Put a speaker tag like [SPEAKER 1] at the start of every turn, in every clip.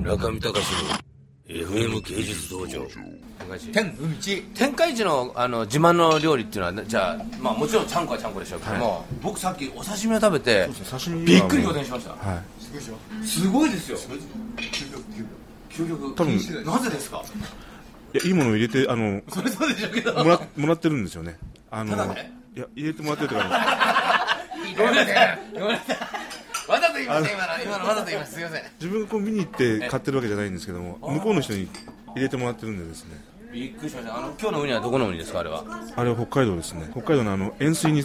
[SPEAKER 1] 中見隆の FM 芸術道場
[SPEAKER 2] 天海地
[SPEAKER 1] 天下一のあの自慢の料理っていうのはじゃあ、まあ、もちろんちゃんこはちゃんこでしょうけども、僕さっきお刺身を食べて
[SPEAKER 3] 刺身はもう
[SPEAKER 1] びっくり仰天しました、
[SPEAKER 3] は
[SPEAKER 1] すごいですよ究極
[SPEAKER 3] 多分
[SPEAKER 1] なぜですか
[SPEAKER 3] い、いやいいものを入れてあの
[SPEAKER 1] それそうでしょうけど
[SPEAKER 3] もらもらってるんですよねあの
[SPEAKER 1] ただね
[SPEAKER 3] いや入れてもらってるとか
[SPEAKER 1] ごめんなさいごめんなさいわざと言いました今の今のわざと言いましたすいません
[SPEAKER 3] 自分がこう見に行って買ってるわけじゃないんですけども向こうの人に入れてもらってるんでですね
[SPEAKER 1] びっくりしましたあの今日のウニはどこのウニですかあれは
[SPEAKER 3] あれは北海道ですね北海道のあの塩水に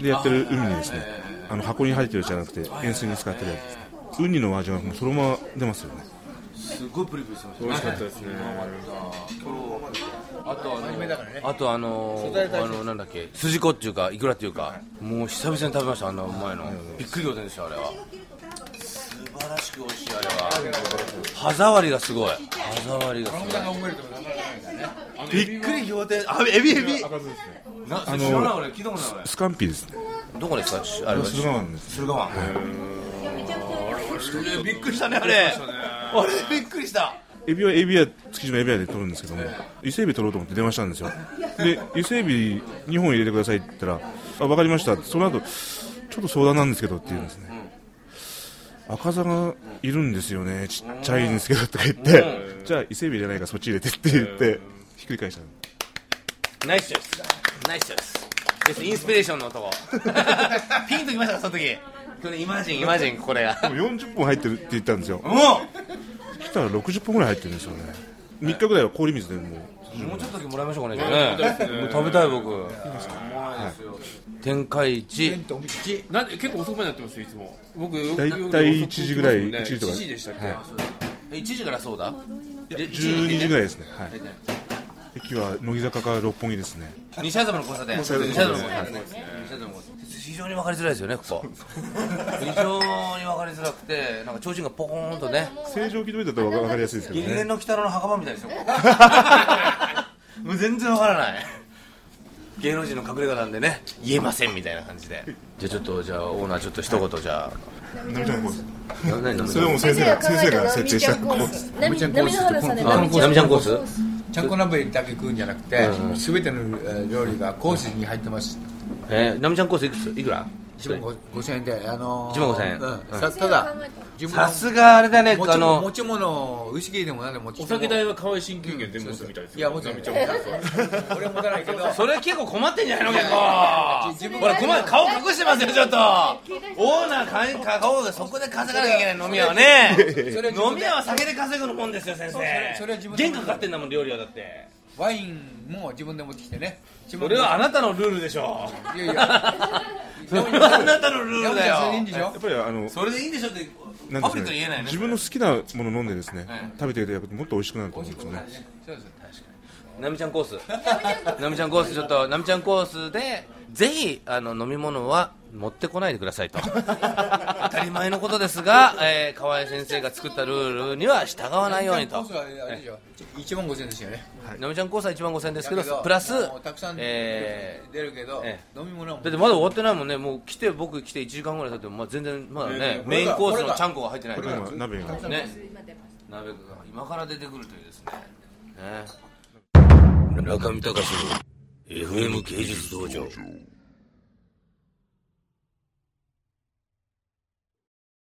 [SPEAKER 3] でやってる海にですねあの箱に入ってるやつじゃなくて塩水に使ってるやつですねウニの味がもうそのまま出ますよね
[SPEAKER 1] すごいプリプリしてました美味しかったですねあとあのあとあのあのなんだっけ筋子っていうかいくらっていうかもう久々に食べましたあんなうまいのびっくり仰天でしたあれは素晴らしく美味しいあれは歯触りがすごい歯触りがすごいびっくり仰天あエビエビな知らない俺聞いたことない
[SPEAKER 3] スカンピーですね
[SPEAKER 1] 俺どこですかあれは
[SPEAKER 3] 駿河湾です
[SPEAKER 1] 駿河湾あれびっくりしたねあれあれびっくりした
[SPEAKER 3] エビはエビや築地のエビ屋で取るんですけども伊勢エビ取ろうと思って電話したんですよで伊勢エビ2本入れてくださいって言ったら「あ分かりました」その後ちょっと相談なんですけど」って言うんですね赤座がいるんですよねちっちゃいんですけどとか言ってじゃあ伊勢エビ入れないからそっち入れてって言ってひっくり返したの
[SPEAKER 1] ナイスチョイスナイスチョイスですインスピレーションの男ピンときましたかその時去年イマジンイマジンこれが
[SPEAKER 3] でも40本入ってるって言ったんですよ
[SPEAKER 1] も
[SPEAKER 3] 来たら60本ぐらい入ってるんですよね3日ぐらいは氷水でもう
[SPEAKER 1] うもうちょっとだけもらいましょうかねじゃあねもう食べたい僕天下一
[SPEAKER 2] 天と海地
[SPEAKER 4] なんで結構遅くまでやってますよいつも僕
[SPEAKER 3] 大
[SPEAKER 4] よく
[SPEAKER 3] 体
[SPEAKER 4] 夜遅く
[SPEAKER 3] 1時ぐらい
[SPEAKER 4] 起きますもんね
[SPEAKER 3] 1時とか
[SPEAKER 4] 1時でしたっけ、
[SPEAKER 1] え1時からそうだで
[SPEAKER 3] 12時ぐ
[SPEAKER 1] らい
[SPEAKER 3] らいですねはい駅は乃木坂か六本木ですね
[SPEAKER 1] 西麻布の交差点西麻布の交差点西麻布の交差点非常に分かりづらいですよねここ非常に分かりづらくてなんか提灯がポコーンとね
[SPEAKER 3] 正常軌道だと分かりやすいですけ
[SPEAKER 1] ゲ
[SPEAKER 3] ど
[SPEAKER 1] ゲ
[SPEAKER 3] ね
[SPEAKER 1] ゲの鬼太郎の墓場みた いですよもう全然わからない芸能人の隠れ家なんでね言えませんみたいな感じでじゃあちょっとじゃあオーナーちょっと一言じゃ
[SPEAKER 3] 涙のコース
[SPEAKER 1] あな何
[SPEAKER 3] それはもう先生が先生が設定したコース
[SPEAKER 5] 波波の原さんで
[SPEAKER 1] あ
[SPEAKER 5] 波ちゃ
[SPEAKER 1] ナ
[SPEAKER 5] ん
[SPEAKER 1] ミちゃんコース
[SPEAKER 2] ちゃんこ鍋だけ食うんじゃなくて全てのえー料理がコースに入ってます
[SPEAKER 1] えー、ナミちゃんコースいくついくら
[SPEAKER 2] 1万5000円であのー
[SPEAKER 1] 1万5000円
[SPEAKER 2] うんさただ自分の
[SPEAKER 1] さすがあれだね
[SPEAKER 2] 持
[SPEAKER 1] あ
[SPEAKER 2] ち物
[SPEAKER 1] の
[SPEAKER 2] 持ち物ウイスキーでも何でも持ち
[SPEAKER 4] お酒代は河合新球券全部持つみたいです
[SPEAKER 2] いや持つない俺は持たないけど
[SPEAKER 1] それ結構困ってんじゃないの結構ほら困る顔隠してますよちょっとオーナーかんか顔がそこで稼がなきゃいけない飲み屋はね
[SPEAKER 2] それ
[SPEAKER 1] 飲み屋は酒で稼ぐのもんですよ先
[SPEAKER 2] そうそれそれは
[SPEAKER 1] 生
[SPEAKER 2] 自分で
[SPEAKER 1] 原価かかってんだもん料理はだって
[SPEAKER 2] ワインも自分で持ってきてね自分
[SPEAKER 1] 俺はあなたのルールでしょ
[SPEAKER 2] いやいや
[SPEAKER 1] それはあなたのルールだよ
[SPEAKER 2] いいんでしょ
[SPEAKER 3] やっぱりあの
[SPEAKER 1] それでいいんでしょって
[SPEAKER 3] なん
[SPEAKER 1] パ
[SPEAKER 3] で
[SPEAKER 1] ブリック
[SPEAKER 3] すか
[SPEAKER 1] に言えない
[SPEAKER 3] ね
[SPEAKER 1] ね
[SPEAKER 3] 自分の好きなもの飲んでですね
[SPEAKER 1] はい
[SPEAKER 3] 食べていただくともっと美味しくなると思うんですよね
[SPEAKER 2] そうです
[SPEAKER 1] ナミちゃんコースナミちゃんコースちょっとナミちゃんコースでぜひあの飲み物は持ってこないでくださいと当たり前のことですが、えー、河合先生が作ったルールには従わないようにと
[SPEAKER 2] コースはあれでしょ1万5000円ですよね
[SPEAKER 1] ナミちゃんコースは1万5000円ですけど
[SPEAKER 2] だけど
[SPEAKER 1] プラス
[SPEAKER 2] もうたくさん
[SPEAKER 1] えー
[SPEAKER 2] 出るけど
[SPEAKER 1] え
[SPEAKER 2] 飲み物は
[SPEAKER 1] だってまだ終わってないもんね、もう来て、僕来て1時間ぐらい経っても、まあ、全然まだね、
[SPEAKER 2] え
[SPEAKER 1] メインコースのちゃんこが入ってない
[SPEAKER 3] こ
[SPEAKER 1] か
[SPEAKER 3] れ
[SPEAKER 1] ら、
[SPEAKER 3] 今鍋が
[SPEAKER 1] ね、鍋が今から出てくるというですね。ね
[SPEAKER 6] 中見隆の FM 芸術道場。